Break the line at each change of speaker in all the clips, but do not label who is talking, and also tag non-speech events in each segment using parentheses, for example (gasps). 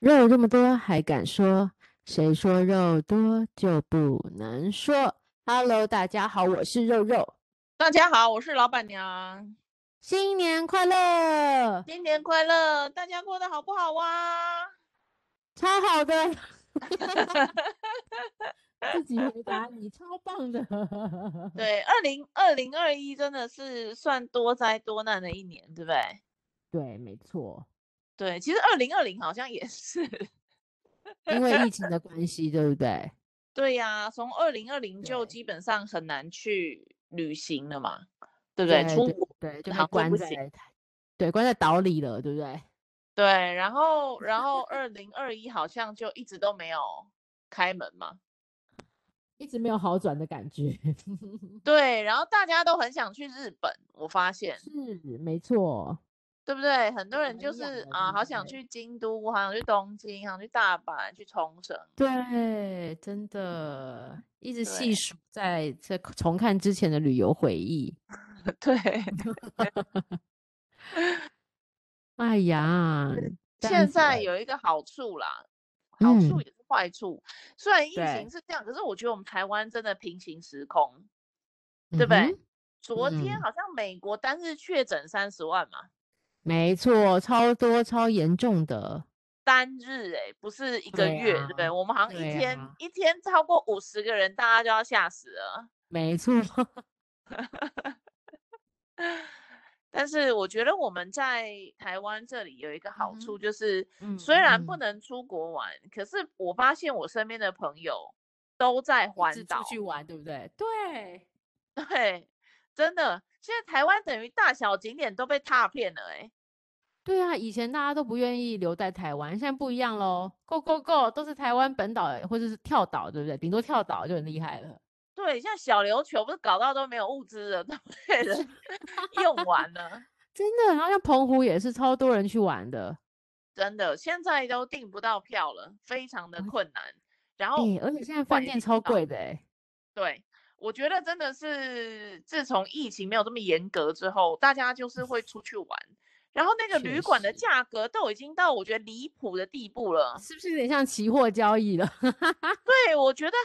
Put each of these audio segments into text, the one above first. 肉这么多还敢说？谁说肉多就不能说？Hello，大家好，我是肉肉，
大家好，我是老板娘，
新年快乐！
新年快乐！大家过得好不好啊？ (laughs)
超好的， (laughs) 自己回答你超棒的。
对，二零二零二一真的是算多灾多难的一年，对不对？
对，没错，
对，其实二零二零好像也是，
因为疫情的关系，对不对？
对呀、从二零二零就
对
基本上很难去旅行了嘛，对不对？出国
对，就被
好像
关
不
在
行
台，对，关在岛里了，对不对？
对，然后然后二零二一好像就一直都没有开门嘛，
一直没有好转的感觉。 (laughs)
对，然后大家都很想去日本，我发现。
是，没错，
对不对？很多人
蛮
就
痒
是
的
啊，
对不
好想
对
去京都，好想去东京，好想去大阪，去冲绳。 (laughs)
对，真的，一直细
对
数在这重看之前的旅游回忆。
对，
嗯哎呀，这样
现
子
在
哎
有一个好处啦，好处
嗯
也是坏处。虽然疫
对
情是这样，可是我觉得我们台湾真的平行时空，
嗯
对不对？
哼
昨天
嗯
好像美国单日确诊三十万嘛，
没错，超多超严重的，
单日哎、不是一个
对
月，对不对？
啊
我们好像一
对
天、
啊
一天超过五十个人，大家就要吓死了。
没
(laughs)
错，
但是我觉得我们在台湾这里有一个
嗯
好
哼
处，就是
嗯
虽然不
嗯
能出国玩，可是我发现我身边的朋友都在
一
环
直出
岛， (laughs)
去玩，对不对？对，
对，真的，现在台湾等于大小景点都被踏遍了、欸，
对啊，以前大家都不愿意留在台湾，现在不一样喽，Go Go Go，都是台湾本岛或者是跳岛，对不对？顶多跳岛就很厉害了。
对，像小琉球不是搞到都没有物资了，都 (laughs) 被人用
(laughs)
完了，
真的，然后像澎湖也是超多人去玩的，
真的，现在都订不到票了，非常的
而
困难。然后
哎、而且现在
换
饭
一
店
个
超
地方
贵的、欸，
对，我觉得真的是自从疫情没有这么严格之后，大家就是会出去玩，然后那个
嗯确
旅馆的
实
价格都已经到我觉得离谱的地步了。
是不是有点像期货交易了？ (laughs)
对，我觉得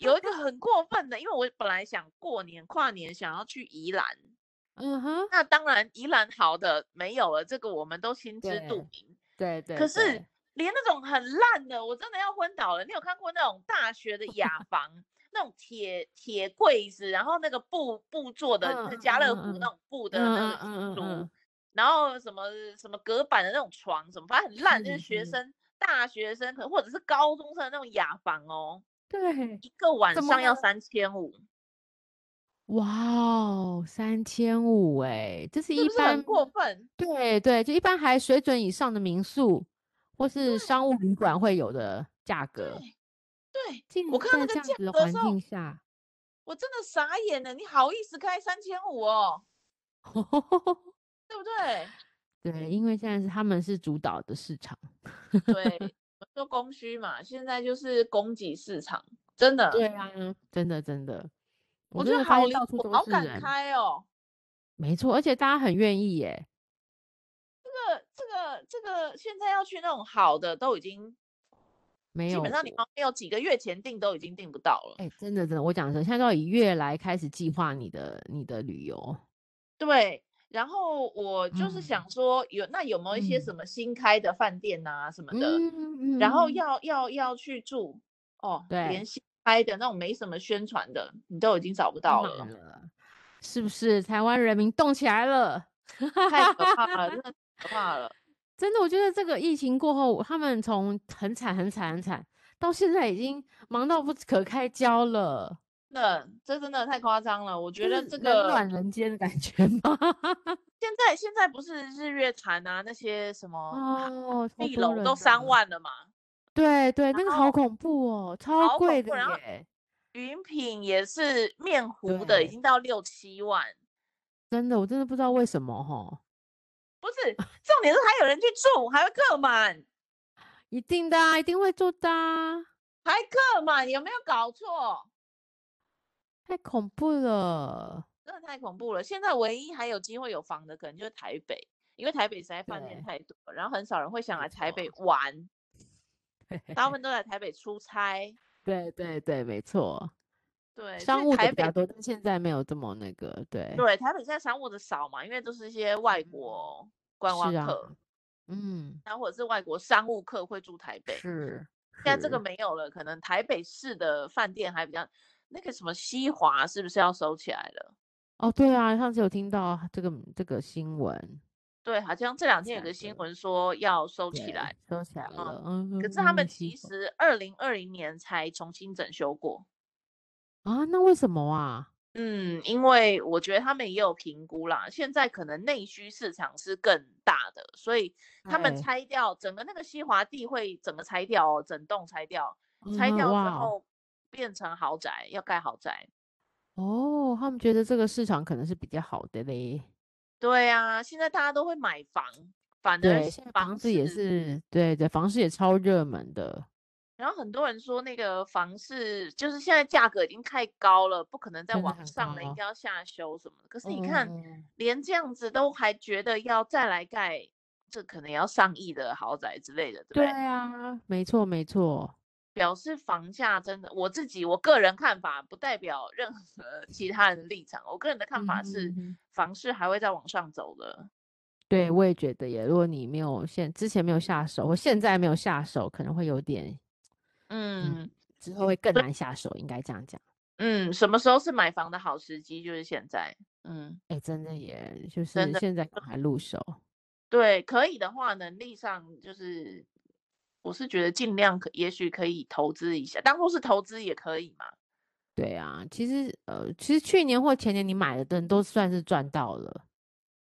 有一个很过分的，因为我本来想过年跨年想要去宜兰，
嗯哼，
那当然宜兰好的没有了，这个我们都心知
对
肚明。
对对
可是
对
连那种很烂的，我真的要昏倒了。你有看过那种大学的
(laughs)
雅房，那种铁铁柜子，然后那个布布做的，
嗯
是
嗯
家乐
嗯
福
嗯
那种布的
嗯
那个
嗯嗯嗯
炉，
嗯
然后什么什么隔板的那种床，什么反正很烂，就是
是
学
是
生、大学生可或者是高中生的那种雅房哦，
对，
一个晚
怎么
上要
能
三千五，
哇哦，三千五哎，这是
是
一
不是
般
很过分？
对对，就一般还水准以上的民宿或是商务旅馆会有的价格，
对对，
竟
我
然
看到
在这
那
样
个价
子的
格的
环
时候
境，下， (laughs)
我真的傻眼了。你好意思开三千五哦，对不对？
对，因为现在是他们是主导的市场，
对，我说供需嘛，现在就是供给市场，真的，
对啊，真的真的，
我觉
真
得
的发
好
现
离
到处
谱，
都
好
是
感
人，
慨哦。
没错，而且大家很愿意耶，
这个、这个、这个，现在要去那种好的，都已经
没
基
有
本上你
我
旁边有几个月前订都已经订不到了。
哎、真的真的，我讲真的，现在都要以月来开始计划你的你的旅游。
对，然后我就是
嗯
想说，有那有没有一些什
嗯
么新开的饭店啊什么的，
嗯
然后
嗯
要要要去住哦，连
对，
新开的那种没什么宣传的，你都已经找不到了
满。了，是不是？台湾人民动起来了，
太可怕
(laughs)
了，真的太可怕了。
真的，我觉得这个疫情过后，他们从很惨很惨很惨，到现在已经忙到不可开交了，
真的，这真的太夸张了。我觉
就
得
是
这
人
个
暖人间的感觉吗？
现在现在不是日月潭啊那些什么哈
哦，超
地
多
楼
人
都
的
三，万了嘛，
对对，那个好
后
恐怖哦，超
好恐
贵
怖
的
然后
耶，
云品也是面糊的，已
对，
经到六七万。
真的，我真的不知道为什么吼。
不是，重点是还有人去住，还会客满，
一定的啊，一定会做的啊，
还客满，有没有搞错？
太恐怖了。
真的太恐怖了。现在唯一还有机会有房的，可能就是台北，因为台北实在饭店
对，
太多了，然后很少人会想
没
来台北
错，
玩。大部分都在台北出差。
对对对，没错，
对，所
商
以
务的
台
比较
北
多，但现在没有这么那个，对，
对台北现在商务的少嘛，因为都是一些外国观
嗯
光
是啊
客，
嗯，
然后或者是外国商务客会住台北。
是，
现在这个
是
没有了，可能台北市的饭店还比较那个什么西华是不是要收起来了？
哦，对啊，上次有听到这个这个新闻，
对，好像这两
起
天有
来
个新
了
闻说要收
对
起来，
收起来
嗯
了，嗯，
可是他们
西
其实二零二零年才重新整修过。
啊，那为什么啊？
嗯，因为我觉得他们也有评估啦，现在可能内需市场是更大的，所以他们
对
拆掉整个那个西华地会整个拆掉哦，整栋拆掉，拆
嗯
掉之
哇哦
后变成豪宅，要盖豪宅。
哦，他们觉得这个市场可能是比较好的嘞。
对啊，现在大家都会买房，反而
对，现在房子也
市，
是，对对，房市也超热门的。
然后很多人说那个房市就是现在价格已经太高了，不可能再
真的
往
很
上了，一
高
定要下修什么的。可是你
嗯
看，
嗯
连这样子都还觉得要再来盖，这可能要上亿的豪宅之类的，对不
对
对？
啊，没错没错，
表示房价真的，我自己我个人看法不代表任何其他人的立场，我个人的看
嗯
法
哼
是
嗯哼
房市还会再往上走的。
对我也觉得耶。如果你没有现之前没有下手，或现在没有下手，可能会有点，
嗯
之后会更难下手，应该这样讲。
嗯，什么时候是买房的好时机？就是现在。嗯。
哎，真的耶，就
真
是
的
现在赶快入手。
对，可以的话，能力上就是，我是觉得尽量可，也许可以投资一下，当做是投资也可以嘛。
对啊，其实呃，其实去年或前年你买的灯都算是赚到了，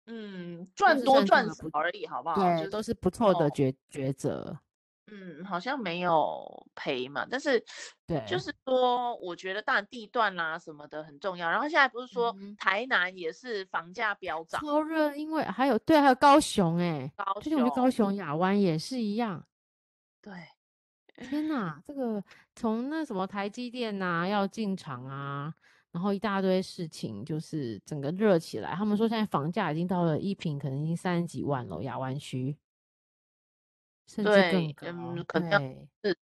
嗯，赚
是
多
算赚
赚
了
少
不
而已，好不好？
对，
就
都是不错的
哦
抉抉择。
嗯，好像没有赔嘛，但是
对，
就是说，我觉得当然地段啦、什么的很重要。然后现在不是说
嗯哼
台南也是房价飙涨，
超热，因为还有对，还有高雄哎、
高
最近我去高
雄
雄
嗯
亚湾也是一样。
对，
天呐，这个从那什么台积电呐、要进场啊，然后一大堆事情，就是整个热起来。他们说现在房价已经到了一平，可能已经三十几万了，亚湾区，甚至更
对，
高。
嗯，可能要
对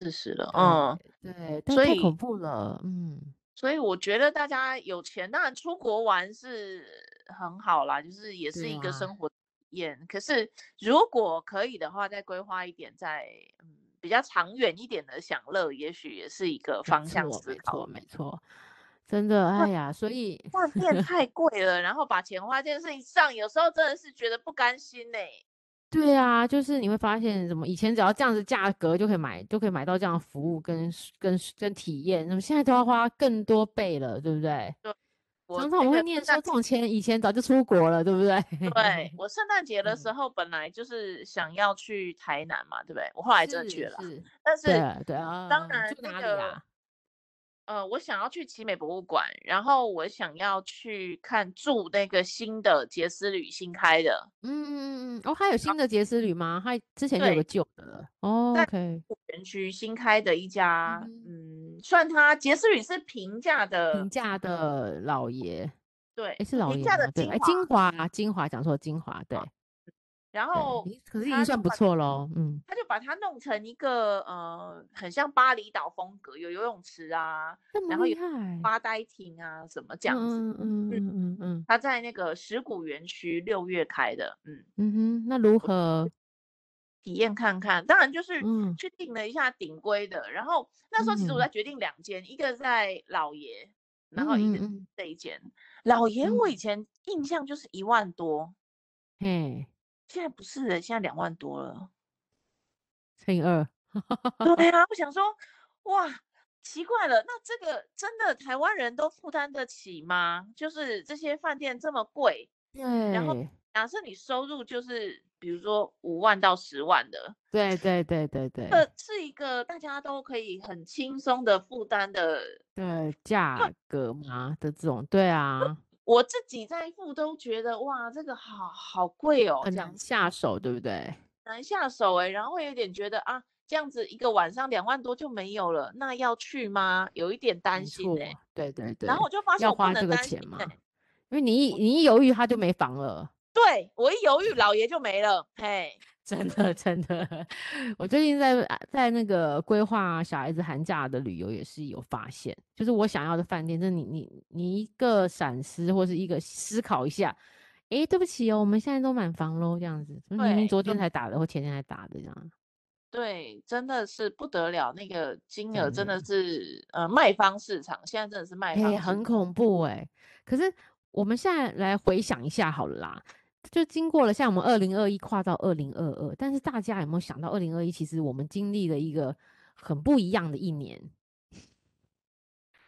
四十了，嗯。
对对，但
所
太
以
恐怖了，嗯。
所以我觉得大家有钱，当然出国玩是很好啦，就是也是
对
一个
啊
生活体验。可是如果可以的话，再规划一点，再嗯比较长远一点的享乐，也许也是一个
没
方向
错，
思
没
考
错，。没错，真的，
然
哎呀，所以
饭
(laughs)
店太贵了，然后把钱花在这件事情上，有时候真的是觉得不甘心呢、
对啊，就是你会发现，什么以前只要这样子价格就可以买，就可以买到这样的服务跟跟跟体验，那么现在都要花更多倍了，对不对？
我
常常我们
那
会
个
念
圣
说，这种钱以前早就出国了，对不对？
对我圣诞节的时
嗯
候本来就是想要去台南嘛，对不对？我后来真的去
是
了啦，
是，
但是
对啊对啊，嗯
当然
住
那
哪里
个
啊？
呃，我想要去奇美博物馆，然后我想要去看住那个新的杰斯旅新开的，
嗯嗯嗯，嗯哦，还有新的杰斯旅吗？还之前就有
对
个旧的了。哦
在
，OK，
园区新开的一家，
嗯
嗯，算它杰斯旅是平价
平
的，
价的老爷，
对
诶，，是老
平
爷
价的
吗？对，
精
哎，
华，
金华啊，金华讲错了，金华，对
然
对，
后
已可是已
他
经
就
算不
把
错喽，嗯。
他就把它弄成一个呃，很像巴厘岛风格，有游泳池啊，
那么
然后
厉
有
害，
发呆亭啊，什么这样子。
嗯嗯嗯嗯嗯
他在那个石鼓园区六月开的，嗯。
嗯哼，那如何？
体验看看。当然就是
嗯
去定了一下顶规的，然后那时候其实我
嗯
在决定两间，一个在老爷，然后一
嗯
个
嗯
这一间。老爷我以
嗯
前印象就是一万多，
嗯，嘿，
现在不是了，现在两万多了。
乘以二， (laughs)
对
嗯
啊，我想说，哇。奇怪了，那这个真的台湾人都负担得起吗？就是这些饭店这么贵，然后
对
假设你收入就是比如说五万到十万的，
对对对对对
呃，是一个大家都可以很轻松的负担的。
对，价
(clears throat)
格嘛的这种，对啊，
我自己在付都觉得哇，这个好好贵哦，
很
这样
难
子
下手，对不对？
难下手哎、然后会有点觉得啊，这样子一个晚上两万多就没有了，那要去吗？有一点担
没
心哎、
错，对对对
然，后我就发现
要
我不
花这
能
个
担心
钱
哎、
嘛，因为你一你一犹豫，他就没房了。 (laughs)
对我一犹豫，老爷就没了，嘿，
真的真的，我最近在啊在那个规划小孩子寒假的旅游，也是有发现，就是我想要的饭店，就是你你你一个闪失或是一个思考一下，诶，对不起哦，我们现在都满房喽，这样子，就是明明
对
昨天
就
才打的或前天才打的这样，
对，真的是不得了，那个金额
真
真
的。
的是呃卖方市场，现在真的是卖
嗯哎、
方市
很
场。
恐怖哎、可是我们现在来回想一下好了啦，就经过了像我们二零二一跨到二零二二，但是大家有没有想到二零二一其实我们经历了一个很不一样的一年？ (laughs)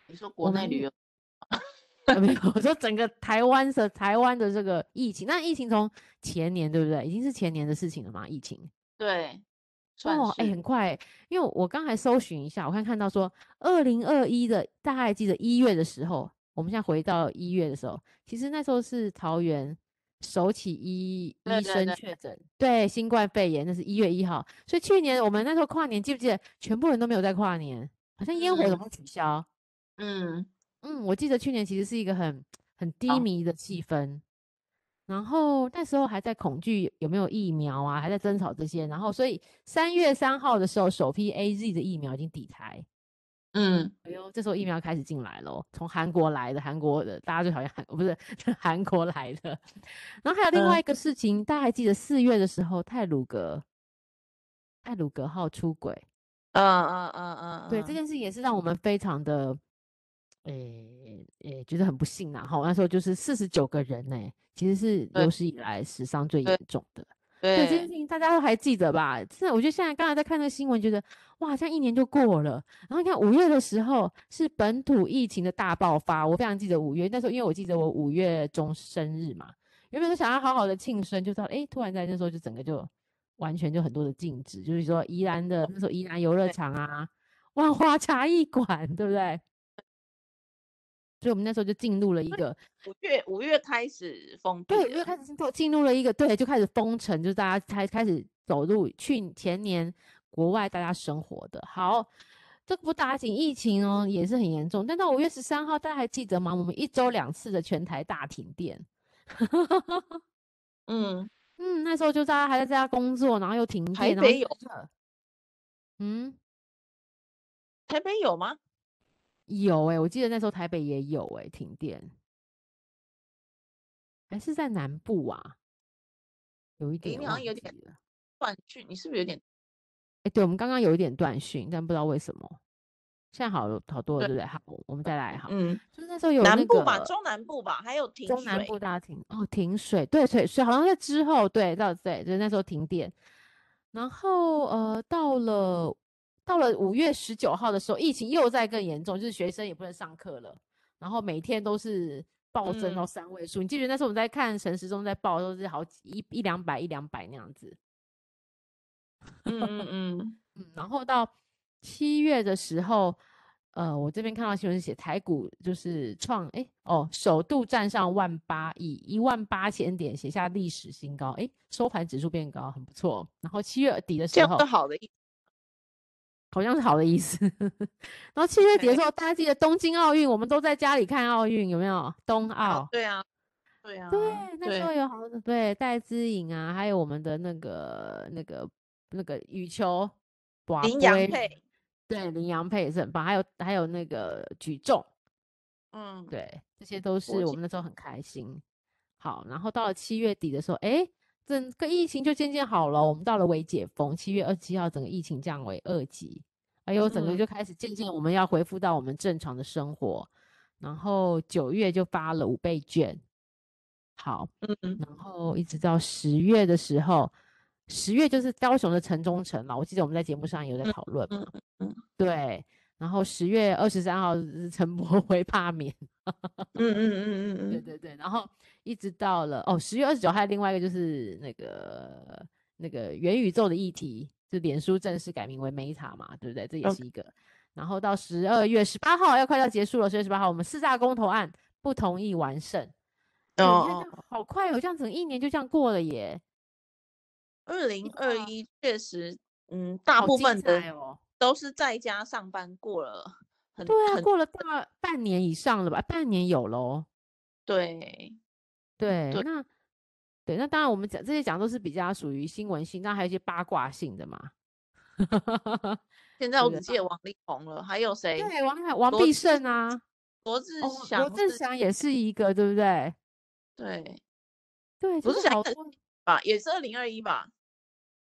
你说国
我
内旅
们
游，
呃没有， (laughs) 我说整个台湾的台湾的这个疫情，那疫情从前年对不对？已经是前年的事情了嘛？疫情
对，算
哦，哎、
是
很快欸、因为我刚才搜寻一下，我看看到说二零二一的，大家还记得一月的时候，我们现在回到一月的时候，其实那时候是桃园首起医
对
医
对
生
对，
确诊，对，新冠肺炎，那是一月一号，所以去年我们那时候跨年，记不记得全部人都没有在跨年，好像烟火
嗯
怎么取消？
嗯，
嗯，我记得去年其实是一个很很低
好，
迷的气氛。然后那时候还在恐惧有没有疫苗啊，还在争吵这些。然后，所以三月三号的时候，首批 A Z 的疫苗已经抵台。
嗯，
哎呦，这时候疫苗开始进来咯，从韩国来的，韩国的，大家最讨厌韩， (laughs) 不是韩国来的。然后还有另
嗯，
外一个事情，大家还记得四月的时候，泰鲁格泰鲁格号出轨，
嗯嗯嗯
对这
嗯
件事也是让我们非常的诶诶，觉得很不幸然后那时候就是四十九个人呢、其实是
嗯，
有史以来史上最严
对
重的。对这件
对
事情，大家都还记得吧？真的，我觉得现在刚才在看那个新闻，觉得哇，这样一年就过了。然后你看五月的时候是本土疫情的大爆发，我非常记得五月那时候，因为我记得我五月中生日嘛，原本都想要好好的庆生，就到诶，突然在那时候就整个就完全就很多的禁止，就是说宜兰的那时候宜兰游乐
对，
场啊，万华茶艺馆，对不对？所以我们那时候就进入了一个
五月五月开始封
对，
闭
我就
了，
开始进入进入了一个对，就开始封城，就是大家才开始走入去前年国外大家生活的。好，这个不打紧，疫情哦也是很严重。但到五月十三号，大家还记得吗？我们一周两次的全台大停电。
嗯，
嗯，那时候就大家还在家工作，然后又停
台
电，然后
北
热
有
热，嗯，
台北有吗？
有诶、我记得那时候台北也有诶、停电，还是在南部啊，有一
诶，
点
你好像
忘
有
记
点
了。
断讯，你是不是有点
诶、对，我们刚刚有一点断讯，但不知道为什么。现在好了好多了，
对？
对不对？好，我们再来好。
嗯，
就是那时候哦有
南
那
部吧，
个
中南部吧，还有停
中南
水，
部大停哦，停水，对，水水好像在之后，对，到对，就是那时候停电，然后呃，到了到了五月十九号的时候，疫情又在更严重，就是学生也不能上课了，然后每天都是暴增
嗯，
到三位数。你记得那时候我们在看陈时中在报，都是好几一一两百一两百那样子。
嗯嗯嗯，
嗯，然后到七月的时候，呃，我这边看到新闻是写台股就是创，哎，哦，首度站上万八，以一万八千点写下历史新高，哎，收盘指数变高，很不错。然后七月底的
这
(laughs) 时
样
候，
就好的一
好像是好的意思。 (laughs) 然后七月底的
，OK，
时候，大家记得东京奥运，我们都在家里看奥运，有没有？冬
啊，
奥。
对啊，对
哦对，
啊，
那时候
对，
有好多对戴资颖啊，还有我们的那个那个那个羽球瓦
羚羊
杯，
配，
对羚羊配也是很棒，还有还有那个举重，
嗯，
对，这些都
国
是我
际，
们那时候很开心。好，然后到了七月底的时候，诶，整个疫情就渐渐好了，我们到了微解封，七月二十七号整个疫情降为二级，哎呦，整个
嗯
就开始渐渐我们要恢复到我们正常的生活，然后九月就发了五倍券。好，
嗯
然后一直到十月的时候，十月就是高雄的城中城了。我记得我们在节目上有在
嗯
讨论嘛，
嗯嗯
对。然后十月二十三号是陈柏辉罢免，
嗯嗯嗯嗯
对
嗯，
对对。然后一直到了哦，十月二十九还有另外一个就是那个那个元宇宙的议题，就脸书正式改名为 Meta 嘛，对不对？这也
OK，
是一个。然后到十二月十八号要快要结束了，十月十八号我们四大公投案不同意完胜。
哦
对，你看这
哦
样
哦，
好快哦，这样整个一年就这样过了耶。
二零二
哇，
一确实，嗯，大
好
部
精
分的
彩哦！
都是在家上班过了，
对
很
啊，
很嗯
过了大半啊年以上了吧？半年有喽。
对
对，
对，
那对，那当然我们讲这些讲都是比较属于新闻性，那还有一些八卦性的嘛。
现在我
对
只记得王力宏了，还有谁？
(laughs) 对，王海王
罗
必
志
胜啊，
罗志
哦
祥
罗
是，
志祥也是一个，对不对？
对
对，
罗
就
志
是
祥
好
也
多
吧，也是二零二一吧？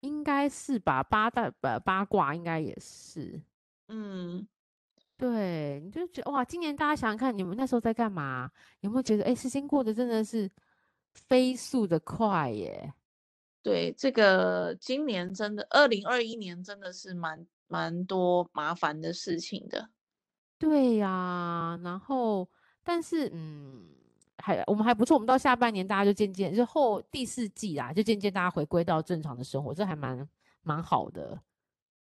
应该是吧，八大呃八卦应该也是。
嗯，
对，你就觉得哇，今年大家想想看，你们那时候在干嘛？有没有觉得，哎，时间过得真的是飞速的快耶？
对，这个今年真的，二零二一年真的是蛮蛮多麻烦的事情的。
对呀、然后但是嗯，还我们还不错，我们到下半年大家就渐渐就后第四季啦，就渐渐大家回归到正常的生活，这还蛮蛮好的，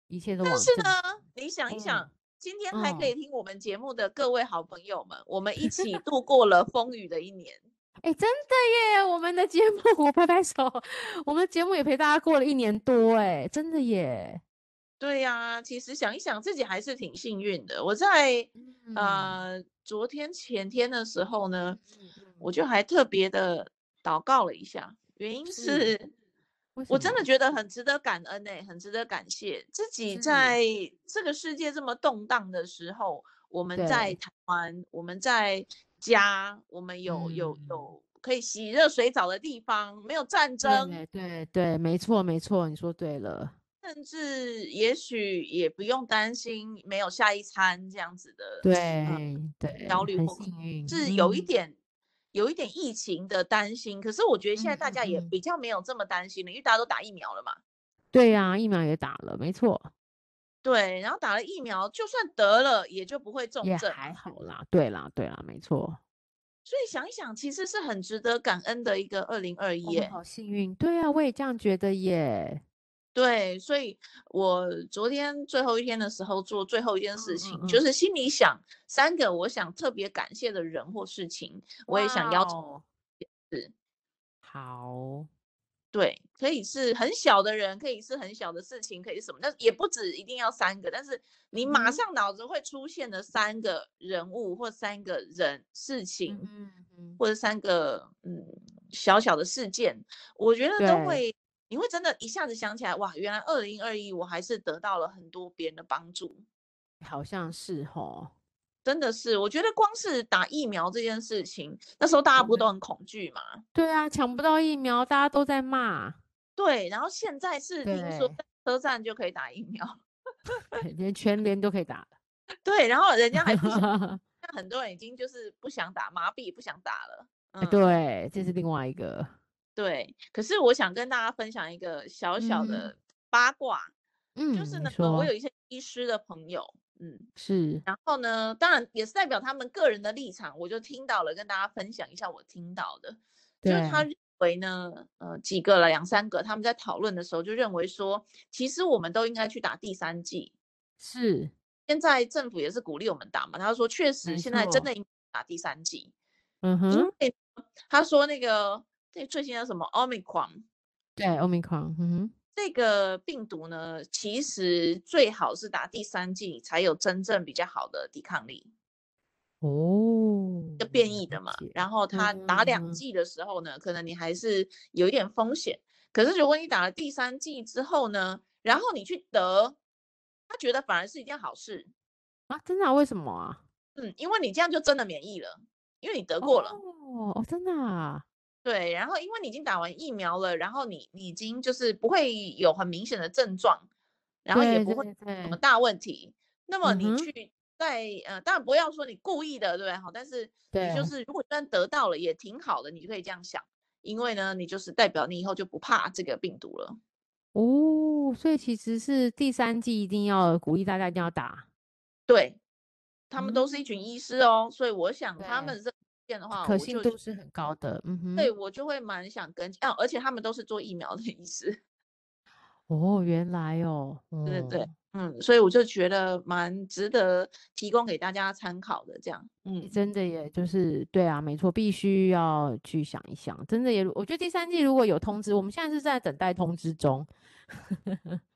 一切都往
但是
正
呢，你想一想，
嗯
今天还可
嗯
以听我们节目的各位好朋友们，我们一起度过了风雨的一年。
哎，真的耶！我们的节目， (laughs) 我拍拍手，我们的节目也陪大家过了一年多，哎，真的耶。
对呀、其实想一想，自己还是挺幸运的。我在
嗯，
呃昨天前天的时候呢，
嗯嗯
我就还特别的祷告了一下，原因
嗯是
是
为什
我真的
么
觉得很值得感恩呢、很值得感谢自己
是
在这个世界这么动荡的时候，我们在
对
台湾，我们在家，我们有有
嗯，
有可以洗热水澡的地方，没有战争，
对对对，没错没错，你说对了，
甚至也许也不用担心没有下一餐这样子的呃
对
焦
对，
虑
很
或
幸运，
是有一
嗯
点有一点疫情的担心，可是我觉得现在
嗯
大
嗯
家也
嗯，
比较没有这么担心了，因为大家都打疫苗了嘛。
对呀、疫苗也打了，没错，
对，然后打了疫苗，就算得了也就不会重
也
症
还
嘛。
好啦，对啦对啦，没错，
所以想一想，其实是很值得感恩的一个二零二
我
一。
们哦好幸运，对啊，我也这样觉得耶，
对，所以我昨天最后一天的时候做最后一件
嗯
事
嗯
情，就
嗯，
是心里想三个我想特别感谢的人或事情，我也想
哇
邀请
哦，
是。
好，
对，可以是很小的人，可以是很小的事情，可以是什么，但也不止一定要三个，但是你
嗯
马
哼。
上脑子会出现的三个人物或三个人事
嗯
情，
哼嗯哼，
或者三个嗯小小的事件，我觉得都
对，
会，你会真的一下子想起来，哇，原来二零二一我还是得到了很多别人的帮助，
好像是吼。
真的是，我觉得光是打疫苗这件事情，那时候大家
嗯
不
哼，
都很恐惧嘛，
对啊，抢不到疫苗，大家都在
(laughs)
骂。
对，然后现在是听说
对，
在车站就可以打疫苗。
对连全连都可以打
(laughs) 对，然后人家还
(laughs)
不想，
了。
那很多人已经就是不想打，麻痹不想打了。嗯，
哎对，这是另外一个。
对。可是我想跟大家分享一个小
嗯
小
哼，
的八卦，就
嗯，
是
你
呢，我
说
有一些医师的朋友，嗯，
是，
然后呢，当然也是代表他们个人的立场，我就听到了，跟大家分享一下我听到的，就是他
对，
认为呢，呃，几个了，两三个，他们在讨论的时候就认为说，其实我们都应该去打第三剂，
是，
现在政府也是鼓励我们打嘛，他说确实
没
现在真
错。
的应该打第三剂，
嗯
因
哼，
为他说那个这最新的什么 Omicron
对，Omicron，嗯哼，
这个病毒呢，其实最好是打第三剂才有真正比较好的抵抗力，
哦，
就变
了
异的嘛。
解。
然后
嗯
它
哼
打
嗯
两
哼，
剂的时候呢，可能你还是有一点风险。可是如果你打了第三剂之后呢，然后你去得，他觉得反而是一件好事，
啊，真的啊？为什么啊？
嗯，因为你这样就真的免疫了，因为你得过了。
哦，哦，真的啊？
对，然后因为你已经打完疫苗了，然后你你已经就是不会有很明显的症状，然后也
对
不
对
会什么
对，
大问题。那么
嗯
你
哼，
去在呃，当然不要说你故意的，对不对？好，但是你就
对，
是如果就算得到了也挺好的，你就可以这样想，因为呢，你就是代表你以后就不怕这个病毒了。
哦，所以其实是第三季一定要鼓励大家一定要打，
对，他们都是一群
嗯，
医师哦，所以我想他
对，
们这边的话，
可
我
信
就
度是很高的，嗯
对
哼，
我就会蛮想跟进，啊，而且他们都是做疫苗的医师。
哦，原来哦，
对对对，
嗯，
嗯，所以我就觉得蛮值得提供给大家参考的，这样，
诶
嗯，
真的耶，就是对啊，没错，必须要去想一想，真的也，我觉得第三季如果有通知，我们现在是在等待通知中，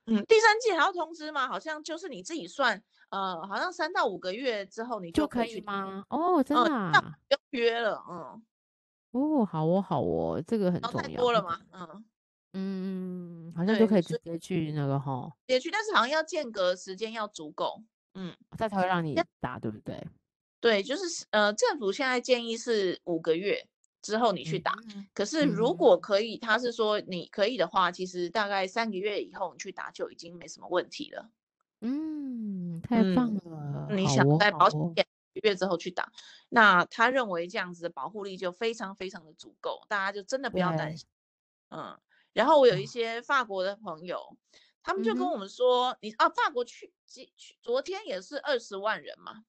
嗯，第三季还要通知吗？好像就是你自己算，呃，好像三到五个月之后你
就
就可
可
以
以
去，
吗？哦，真
嗯，
的
那
啊，
不用约了，嗯，
哦，好哦，好哦，这个很
然后
重
太
要。
多了嘛，嗯，
嗯，好像就
对
可以直
所
接去那个吼，
也去，但是好像要间隔时间要足够，嗯，
他才会让你
那
打，对不对？
对，就是是呃，政府现在建议是五个月之后你去
嗯
打，
哼
可是
嗯
如
哼，
果可以，他是说你可以的话，其实大概三个月以后你去打就已经没什么问题了。
嗯，太棒
嗯，
了，
你
好
想
哦，
在
好
保险
哦，
一个月之后去打，那他认为这样子的保护力就非常非常的足够，大家就真的不要担
对，
心。嗯，然后我有一
哇，
些法国的朋友，他
嗯
们就跟
哼，
我们说，你啊，法国去去去昨天也是二十万人嘛，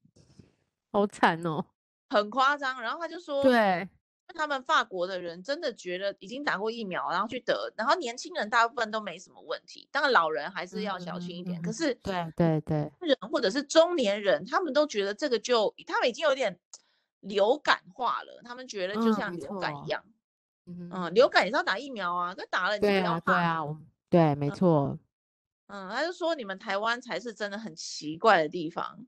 好惨哦，
很夸张。然后他就说，
对，
他们法国的人真的觉得已经打过疫苗，然后去得，然后年轻人大部分都没什么问题，当然老人还
嗯
是要
哼
小心
哼
一
嗯
点。可
哼，
是
对对对，
人或者是中年人，他们都觉得这个就他们已经有点流感化了，他们觉得就
嗯，
像
没
流感一
错，
样，
嗯哼，
嗯，流感也是要打疫苗啊，可打了你就
对
不要
啊，对
怕嘛。
啊，我们对，没
嗯
错，
嗯，他就说你们台湾才是真的很奇怪的地方，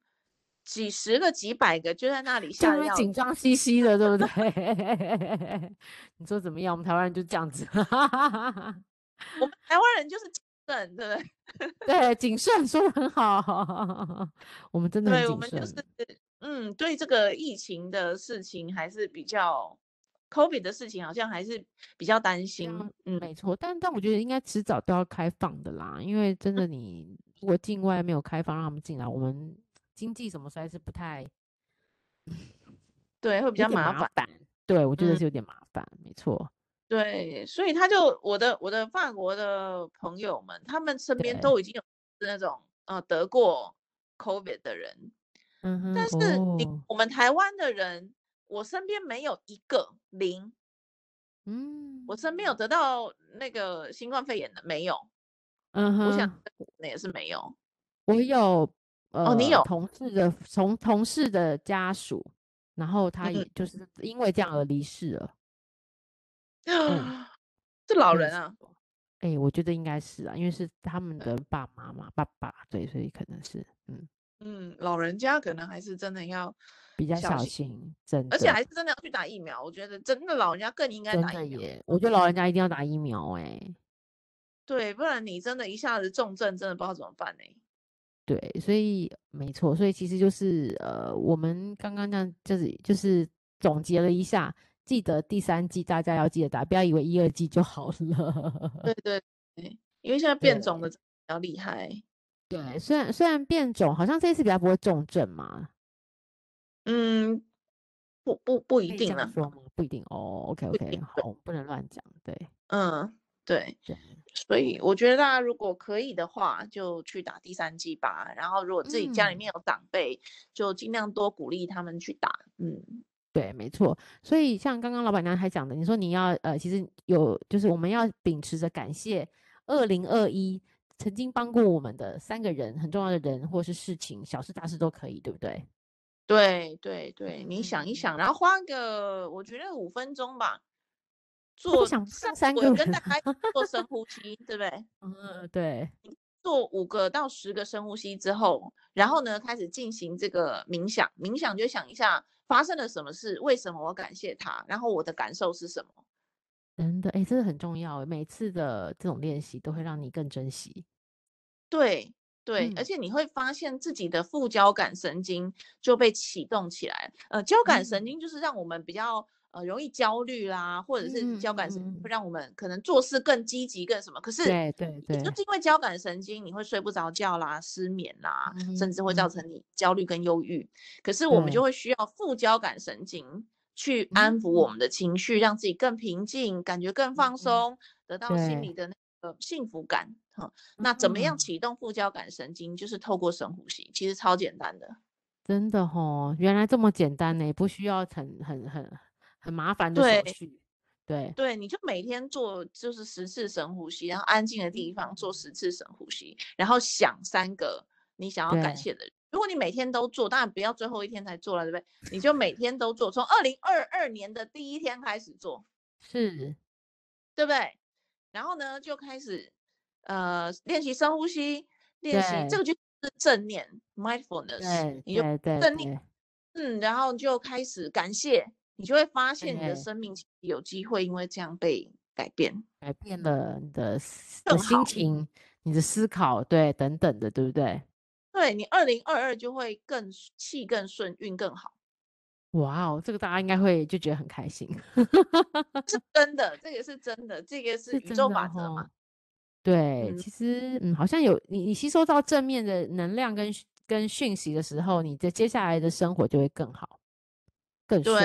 几十个几百个就在那里
就
吓
那
得
边
要死。
紧张兮兮的，对不对？ (laughs) 你说怎么样？我们台湾人就这样子， (laughs)
我们台湾人就是谨慎，对不 (laughs) 对？
对，谨慎说的很好，我们真的很
对，我
谨
们就是，
慎。
嗯，对这个疫情的事情还是比较，COVID 的事情好像还是比较担
这
心。
样
嗯
没错，但但我觉得应该迟早都要开放的啦，因为真
嗯
的你如果境外没有开放让他们进来，我们经济什么实在是不太
对，会比
有
较
点
麻
麻
烦。
烦。对，我觉得
嗯，
是有点麻烦，没错，
对，所以他就我的我的法国的朋友们，他们身边
对，
都已经有那种呃得过 COVID 的人，
嗯哼，
但是你
哦，
我们台湾的人，我身边没有一个零，我身边有
嗯，
得到那个新冠肺炎的没有，
嗯
我想
哼。
那也是没有。
我有
哦，你
呃
有，
同事的从同事的家属，然后他
嗯
也就是因为这样而离世了。
(gasps)
嗯，
嗯，是老
所以
人
是
啊，
我，哎，我觉得应该是啊，因为是他们
对
的爸妈嘛，爸爸，对，所以可能是嗯
嗯，老人家可能还是真的要
比较
小
小
心，
心，真
而且
的
还是真的要去打疫苗。我觉得真的老人家更应该
真
打疫
的
苗，
耶，我觉得老人家一定要打疫苗哎、
对，不然你真的一下子重症，真的不知道怎么办呢、欸
对，所以没错，所以其实就是呃，我们刚刚这样就是就是总结了一下，记得第三季大家要记得打，不要以为一二季就好了。
对对对，因为现在变种
嗯对
的比较厉害，
(laughs) 对，虽然虽然变种，好像这一次比较不会重症嘛，
嗯，不不不一
可以这
定啊
样
了，
说吗？不一定哦。OK
不一
OK，
定。
好，不能乱讲。对
嗯，对，
对，
所以我觉得大家如果可以的话，就去打第三剂吧。然后如果自己家里
嗯，
面有长辈，就尽量多鼓励他们去打。嗯，
对，没错。所以像刚刚老板娘还讲的，你说你要呃，其实有就是我们要秉持着感谢二零二一曾经帮过我们的三个人，很重要的人或是事情，小事大事都可以，对不对？
对对对，你想一
嗯，
想，然后花个我觉得五分钟吧，
这么
做
想
上
上三
我
个
跟
人
大
啊，
家做深呼吸，对不呃对？
嗯，对，
做五个到十个深呼吸之后，然后呢，开始进行这个冥想。冥想就想一下发生了什么事，为什么我感谢他，然后我的感受是什么。
真的，哎，这个很重要诶，每次的这种练习都会让你更珍惜。
对对，
嗯
而且你会发现自己的副交感神经就被启动起来。呃，交感神
嗯。
经就是让我们比较呃容易焦虑啦，或者是
嗯
交感神经
嗯，
会让我们可能做事更积极、更什么。可是
对对
也就
对，
是因为交感神经，你会睡不着觉啦、失眠啦，
嗯
甚
哼
至会造
嗯
成
哼，
你焦虑跟忧郁。可是我们就
对，
会需要副交感神经去安抚我
嗯
们的情绪，让自己更平静，感觉更
嗯
放
嗯，
松，得到心
对，
里的那个幸福感。哈、那怎么样
嗯，
启动副交感神经？就是透过深呼吸，其实超简单的。
真的吼，原来这么简单呢，不需要很很很很麻烦的手
对
续，对，
对，你就每天做就是十次深呼吸，然后安静的地方做
嗯，
十次深呼吸，然后想三个你想要
对，
感谢的人。如果你每天都做，当然不要最后一天才做了，对不对？你就每天都做，从二零二二年的第一天开始做，
是，
对不对？然后呢，就开始呃练习深呼吸，练习
对
这个就是正念 mindfulness，
对
呃你就
对对
正念，
对，
嗯，然后就开始感谢，你就会发现你的
哎
生命其实有机会因为这样被改变。
改变了你的思的
更
心
好
情、你的思考，对，等等的，对不对？
对你二零二二就会更气更顺运更好，
哇哦，这个大家应该会就觉得很开心，
嗯是真的，这个是真的，这个是
是
宇
真
宙
的哦
法则嘛
吼。对，
嗯
其实嗯，好像有你你吸收到正面的能量跟讯跟讯息的时候，你的接下来的生活就会更好，更顺。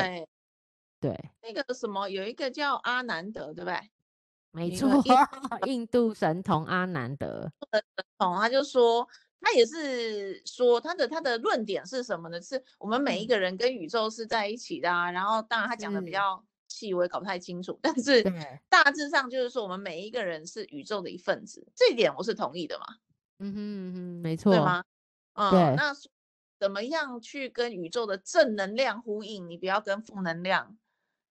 对，
对，
那个什么有一个叫阿南德，对不对？
没
一
错
个印，
(laughs) 印度神童阿南德，
哦，他就说，他也是说他的他的论点是什么呢？是我们每
嗯
一个人跟宇宙是在一起的啊。然后当然他讲的比
是
较细，我也搞不太清楚，但是
对，
大致上就是说我们每一个人是宇宙的一份子，这一点我是同意的嘛，
嗯哼嗯哼，没错
对，吗？嗯，
对
那所怎么样去跟宇宙的正能量呼应？你不要跟负能量，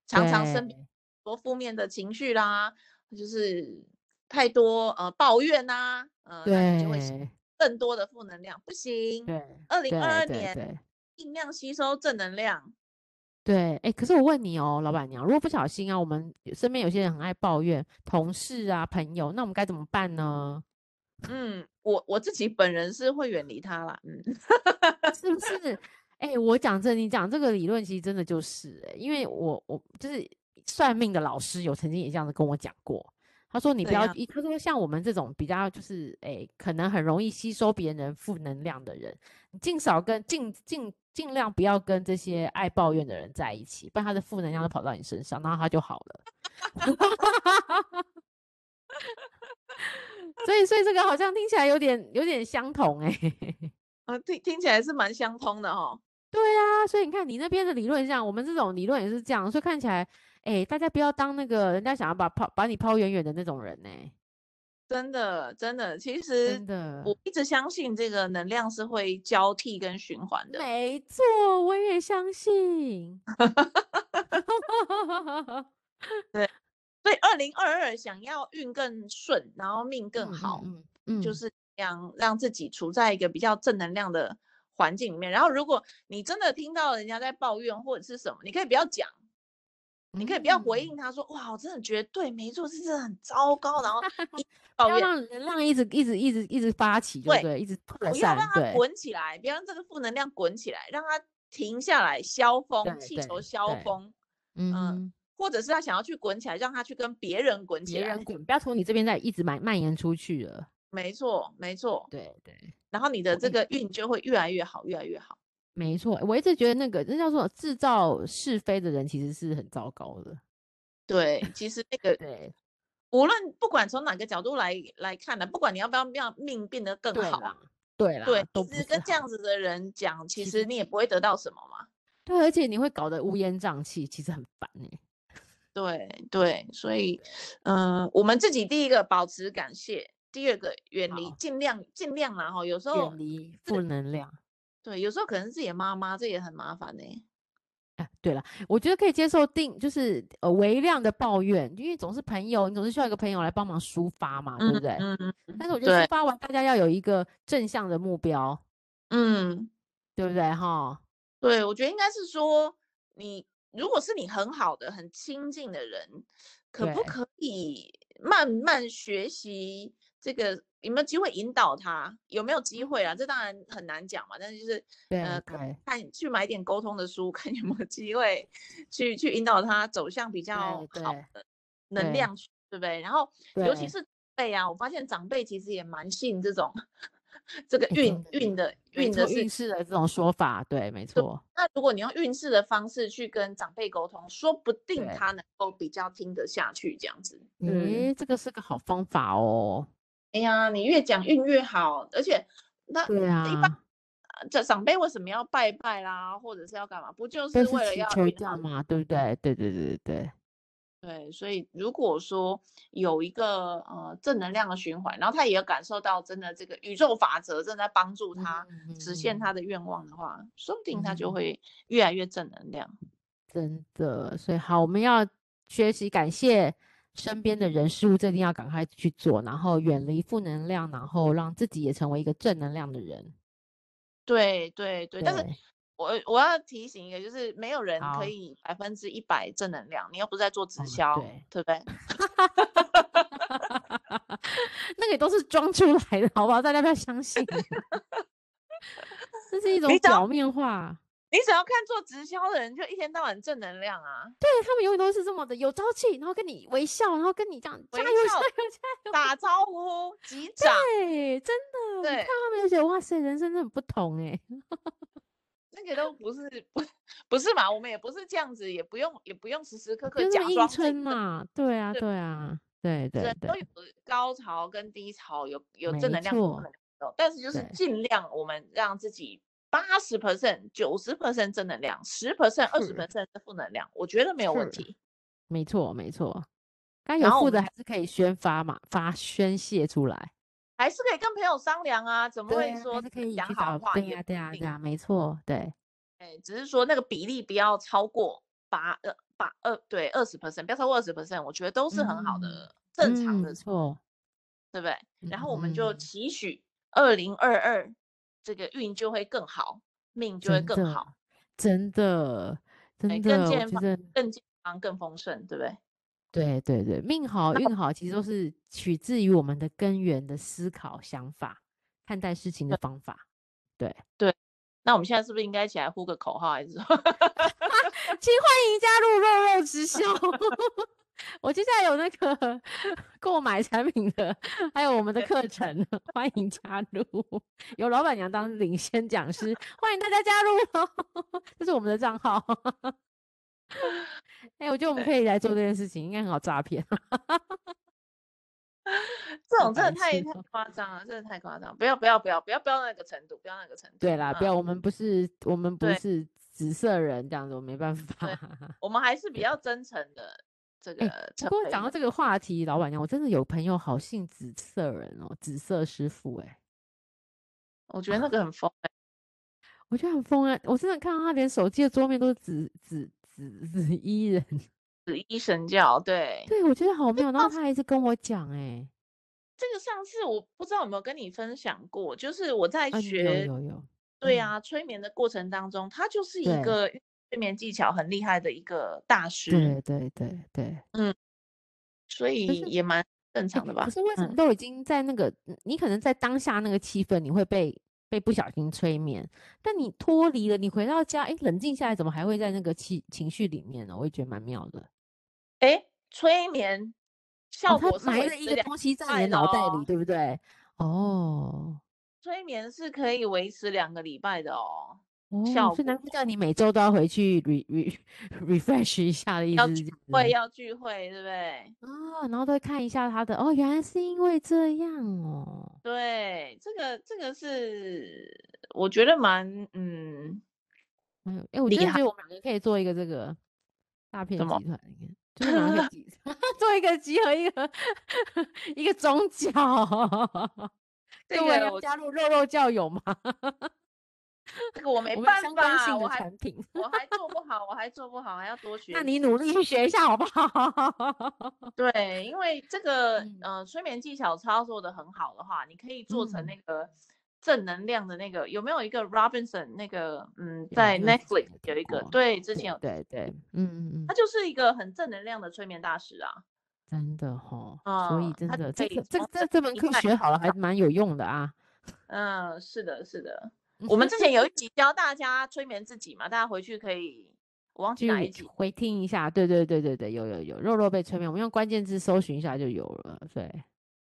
常常身边
对
多负面的情绪啦，就是太多呃抱怨呐、呃，那你就会
对
更多的负能量，不行。
对
二
对
零二二
对
年
对
尽量吸收正能量，
对，哎，可是我问你哦，老板娘，如果不小心啊，我们有身边有些人很爱抱怨，同事啊、朋友，那我们该怎么办呢？
嗯，我我自己本人是会远离他啦，嗯，
是不是？哎、我讲这，你讲这个理论，其实真的就是、欸，因为我我就是算命的老师有曾经也这样子跟我讲过，他说你不
怎
要
样
一，他说像我们这种比较就是哎、欸可能很容易吸收别人负能量的人，你尽少跟尽尽尽量不要跟这些爱抱怨的人在一起，不然他的负能量都跑到你身上，然后他就好了。 (laughs) 所以，所以这个好像听起来有点有点相同哎、
啊，听听起来是蛮相通的哦。
对啊，所以你看你那边的理论是这样，我们这种理论也是这样，所以看起来，哎，大家不要当那个人家想要把抛把你抛远远的那种人呢、
真的，真的，其实
真的，
呃我一直相信这个能量是会交替跟循环的。
没错，我也相信。
所以，二零二二想要运更顺，然后命 (laughs) 更
嗯
好，
嗯嗯，
就
嗯
是让让自己处在一个比较正能量的环境里面。然后，如果你真的听到人家在抱怨或者是什么，你可以不要讲，你可以不要回
嗯
应他说：“哇，我真的觉得对，没错，是真的很糟
(laughs)
糕。”然后
不
一抱
要
怨，
让能量一直一直一直一直发起，对不
对
对？一直扩
不要
散
让，它
对
滚起来，不要让这个负能量滚起来，让它停下来消
对
风，气
对
球消
对
风。
嗯
嗯
哼，
或者是他想要去滚起来，让他去跟别人滚起
别
来
人。滚，不要从你这边再一直蔓蔓延出去了。
没错，没错。
对对，
然后你的
我
这
一
个运就会越来越好，越来越好。
没错，我一直觉得那个那叫做制造是非的人，其实是很糟糕的。
对，其实那个
对，
无论不管从哪个角度来来看啊呢，不管你要不要让命变得更
对
好
啦
啊，，
对啦，
对，
都
一
不
直
是
跟这
好
样子的人讲，其
其
实
实
你也不会得到什么嘛。
对，而且你会搞得乌烟瘴气，其实很烦哎、
对对，所以，嗯、我们自己第一个保持感谢，第二个远离
好，
尽量尽量啦哈。有时候
远离负能量。
对，有时候可能是自己的妈妈，这也很麻烦呢、
哎、对了，我觉得可以接受定就是呃微量的抱怨，因为总是朋友，你总是需要一个朋友来帮忙抒发嘛，啊对
嗯
不对？
嗯嗯
但是我觉得
对
抒发完，大家要有一个正向的目标，
嗯，
对不对？哈，
对，我觉得应该是说，你如果是你很好的、很亲近的人，可不
对
可以慢慢学习这个？有没有机会引导他？有没有机会啊？这当然很难讲嘛。但是就是，
对
呃，可
对
看去买点沟通的书， (laughs) 看有没有机会去去引导他走向比较
对
好
对
的能
对
量去，对不对？然后，尤其
对
是长辈啊，我发现长辈其实也蛮信这种 (laughs) 这个
哎真
运
的
运的
没
运的
错，
事
运势的这种说法，对，没错，
那如果你用运势的方式去跟长辈沟通，说不定
对
他能够比较听得下去，这样子。嗯，
诶，这个是个好方法哦。
哎呀，你越讲运越好，而且那
对
一般
啊，
呃这长辈为什么要拜拜啦，或者是要干嘛？不就
都
是
是
为了
祈
要
求
运
这
好
样？嘛，对不对？对对对对对。
对，所以如果说有一个呃正能量的循环，然后他也有感受到真的这个宇宙法则正在帮助
嗯
他
哼
实现
嗯
他的愿望的话，说不定他就
嗯
会越来越正能量。
真的，所以好，我们要学习感谢身边的人事物，这一定要赶快去做，然后远离负能量，然后让自己也成为一个正能量的人。
对对对，但是
对，
我我要提醒一个，就是没有人
好哦
可以百分之一百正能量，你又不是在做直销，
对
对不对？
那个也都是装出来的，好不好？大家不要相信， (laughs) 这是一种
你只要
表面化。
你只要看做直销的人，就一天到晚正能量啊，
对他们永远都是这么的有朝气，然后跟你微笑，然后跟你这样加油
微
加
笑
油加 (laughs)
打招呼、击掌，
油！对，真的，我看
对
他们就觉得哇塞，人生真的很不同哎、
那个都不是不不是嘛？我们也不是这样子，也不用也不用时时刻
不
刻
要这
假
么硬
装自己
撑
正。
嘛。对啊，
是
对啊，对对
人
对
都，有高潮跟低潮，有有
没
正能量跟
错
负能量都，但是就是
对
尽量我们让自己八十 percent、九十 percent 正能量，十 percent、二
是
十 percent 是负能量，我觉得没有问
是
题。
没错没错。该有
然后
负
我
的
们
还是可以宣发嘛，发宣泄出来。
还是可以跟朋友商量啊，怎么
对
会
啊，
说
还是可以
讲
去
好
找
话
对
也
呀
不
对啊
一
呀对
定
呀，没错，对
哎，只是说那个比例不要超过八呃八二对二十 percent，不要超过二十 percent，我觉得都是很好的、正常
嗯
的
没，错。
对不对？然后我们
嗯
就
嗯
期许二零二二这个运就会更好，命就会
真
更
的
好，
真的，真
更
的，我
健
觉
康
得
更健康、更丰盛，对不对？
对对对，命好运好，其实都是取自于我们的根源的思考、想法、看待事情的方法。
那我们现在是不是应该起来呼个口号，还是
(laughs)
说
请欢迎加入肉肉直销。 (laughs) 我接下来有那个 (laughs) 购买产品的，还有我们的课程，欢迎加入。有老板娘当领先讲师，欢迎大家加入哦。 (laughs) 这是我们的账号。哎、我觉得我们可以来做这件事情，应该很好诈骗。 (laughs)
这
好
种真的
白
太
痴
太
哦
夸张了，真的太夸张了！不要不要不要不要不要那个程度，不要那个程度。
对啦，不
嗯
要，我们不是我们不
对
是紫色人这样子，我没办法。 (laughs)
我们还是比较真诚的这个
不
成
过
为
讲到这个话题，老板娘，我真的有朋友好姓紫色人哦，紫色师傅哎、
我觉得那
啊
个很疯、欸，
我觉得很疯啊！我真的看到他连手机的桌面都是紫紫紫紫衣人，
紫衣神教。对，
对我觉得好妙。然后
貌
他还一直跟我讲哎、
这个上次我不知道有没有跟你分享过，就是我在
嗯，有
学、
有有，
对
嗯
啊催眠的过程当中，他就是
对
一个催眠技巧很厉害的一个大师
对，对对对。
所以
是
也蛮正
哎
常的吧
可？是为什么
嗯
都已经在那个，你可能在当下那个气氛，你会被被不小心催眠，但你脱离了，你回到家，哎，冷静下来，怎么还会在那个气情绪里面呢？我也觉得蛮妙的。
哎、催眠效
哦，
果
他
是
埋
维
了一
持
个
两
东西在你
拜
的
的
脑袋里，
哦
对不对？哦
催眠是可以维持两个礼拜的哦，
哦，
效
所以难怪
果
叫你每周都要回去 re re refresh 一下的意
要
思是
聚
这样子
会要聚会，对不对？
啊，然后再看一下他的哦，原来是因为这样哦。
对，这个这个是我觉得蛮嗯，
哎呦，哎，我
厉
真的觉
害
得我们两个可以做一个这个诈骗
怎么
集
(laughs)
团，你看，就是我们两个可以集 (laughs) 做一个集合一个 (laughs) 一个宗教。
(laughs) 这
各位
个
要
我
加入肉肉教友吗？
这个我没
我们有
办
相关
法，
性
我
的
还 (laughs)
产品，
我还做不好，我还做不好，还要多学
那
习。
你努力去学一下好不好？
对，因为这个
嗯
呃催眠技巧操作的很好的话，你可以做成
嗯
那个正能量的那个，有没有一个 Robinson 那个嗯，
有
在
这个之前
Netflix
有
有
听
一个，
过
哦对，
对
之前有，
对对，嗯嗯嗯
他，就是一个很正能量的催眠大师啊。
真的吼，所以
嗯，
真
他
的
可
这
以
个这
从
这这门
一
课
块
学好了
(laughs)
还蛮有用的啊。
嗯，是的，是的。
嗯
我们之前有一集教大家催眠自己嘛，大家回去可以，我忘记哪一
去
集。
回听一下，对对对对对，有有有，肉肉被催眠，我们用关键字搜寻一下就有了。对，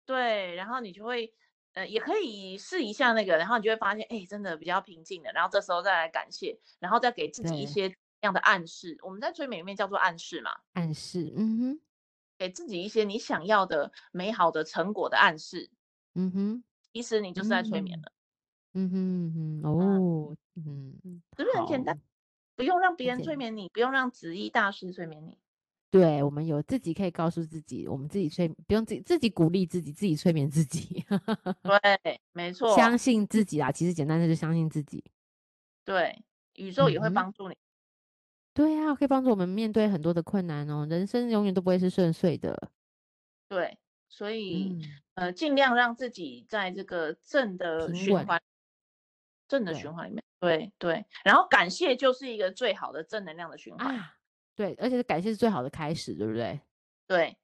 对，然后你就会，呃，也可以试一下那个，然后你就会发现，哎，真的比较平静了。然后这时候再来感谢，然后再给自己
对
一些这样的暗示。我们在催眠里面叫做暗示嘛，
暗示，嗯哼，
给自己一些你想要的美好的成果的暗示。
嗯哼，
其实你就是在催眠
嗯
了，
嗯哼嗯哼，哦，嗯，
是不是很简
好，
单？不用让别
很
人催
简
眠你，不用让紫衣大师催眠你。
对我们有自己可以告诉自己，我们自己催，不用自己自己鼓励自己，自己催眠自己， (laughs)
对，没错，
相信自己啦。其实简单的就相信自己。
对，宇宙也
嗯
会
哼
帮助你。
对啊，可以帮助我们面对很多的困难哦。人生永远都不会是顺遂的。
对，所以
嗯，
呃，尽量让自己在这个正的
平
循
稳
环、正的
对
循环里面，对对，然后感谢就是一个最好的正能量的循环。
啊，对，而且是感谢是最好的开始，对不对？
对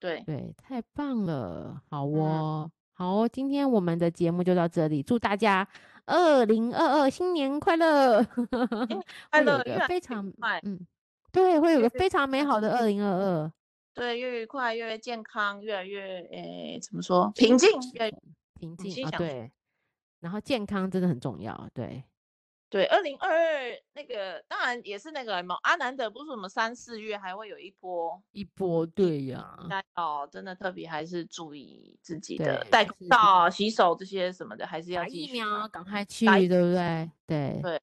对，
对，太棒了，好
嗯
哦，好哦，今天我们的节目就到这里，祝大家二零二二新年快乐，
快
(laughs) 会有
乐
一
越
个
来
非
越
常
快，
嗯，对，会有个
越
非常美好的二零二二，
对，越愉快，越健康，越来越诶，怎么说？平静，越
平
我
静
心
啊，
想
对，然后健康真的很重要，对，
对。二零二二那个当然也是那个嘛，阿南德不是我们三四月还会有一波，
一波对
(laughs)
呀，
大家哦，真的特别还是注意自己
嗯对
的戴
就
口
是
罩啊、洗手这些什么的，还是要
打
继
疫
续
苗
啊。
赶快去，
打
对
疫
不对？对
对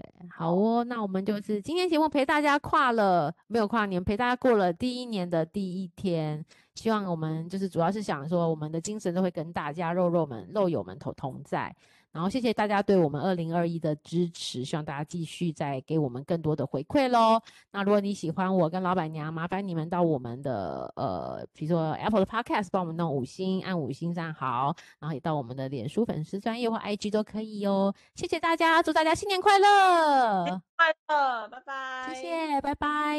对，好哦，那我们就是今天节目陪大家跨了，没有跨年，陪大家过了第一年的第一天。希望我们就是主要是想说，我们的精神都会跟大家肉肉们、肉友们同同在。然后谢谢大家对我们二零二一的支持，希望大家继续再给我们更多的回馈喽。那如果你喜欢我跟老板娘，麻烦你们到我们的呃，比如说 Apple 的 Podcast 帮我们弄五星，按五星赞好，然后也到我们的脸书粉丝专业或 IG 都可以哦。谢谢大家，祝大家新年快乐，
快乐，拜拜。
谢谢，拜拜。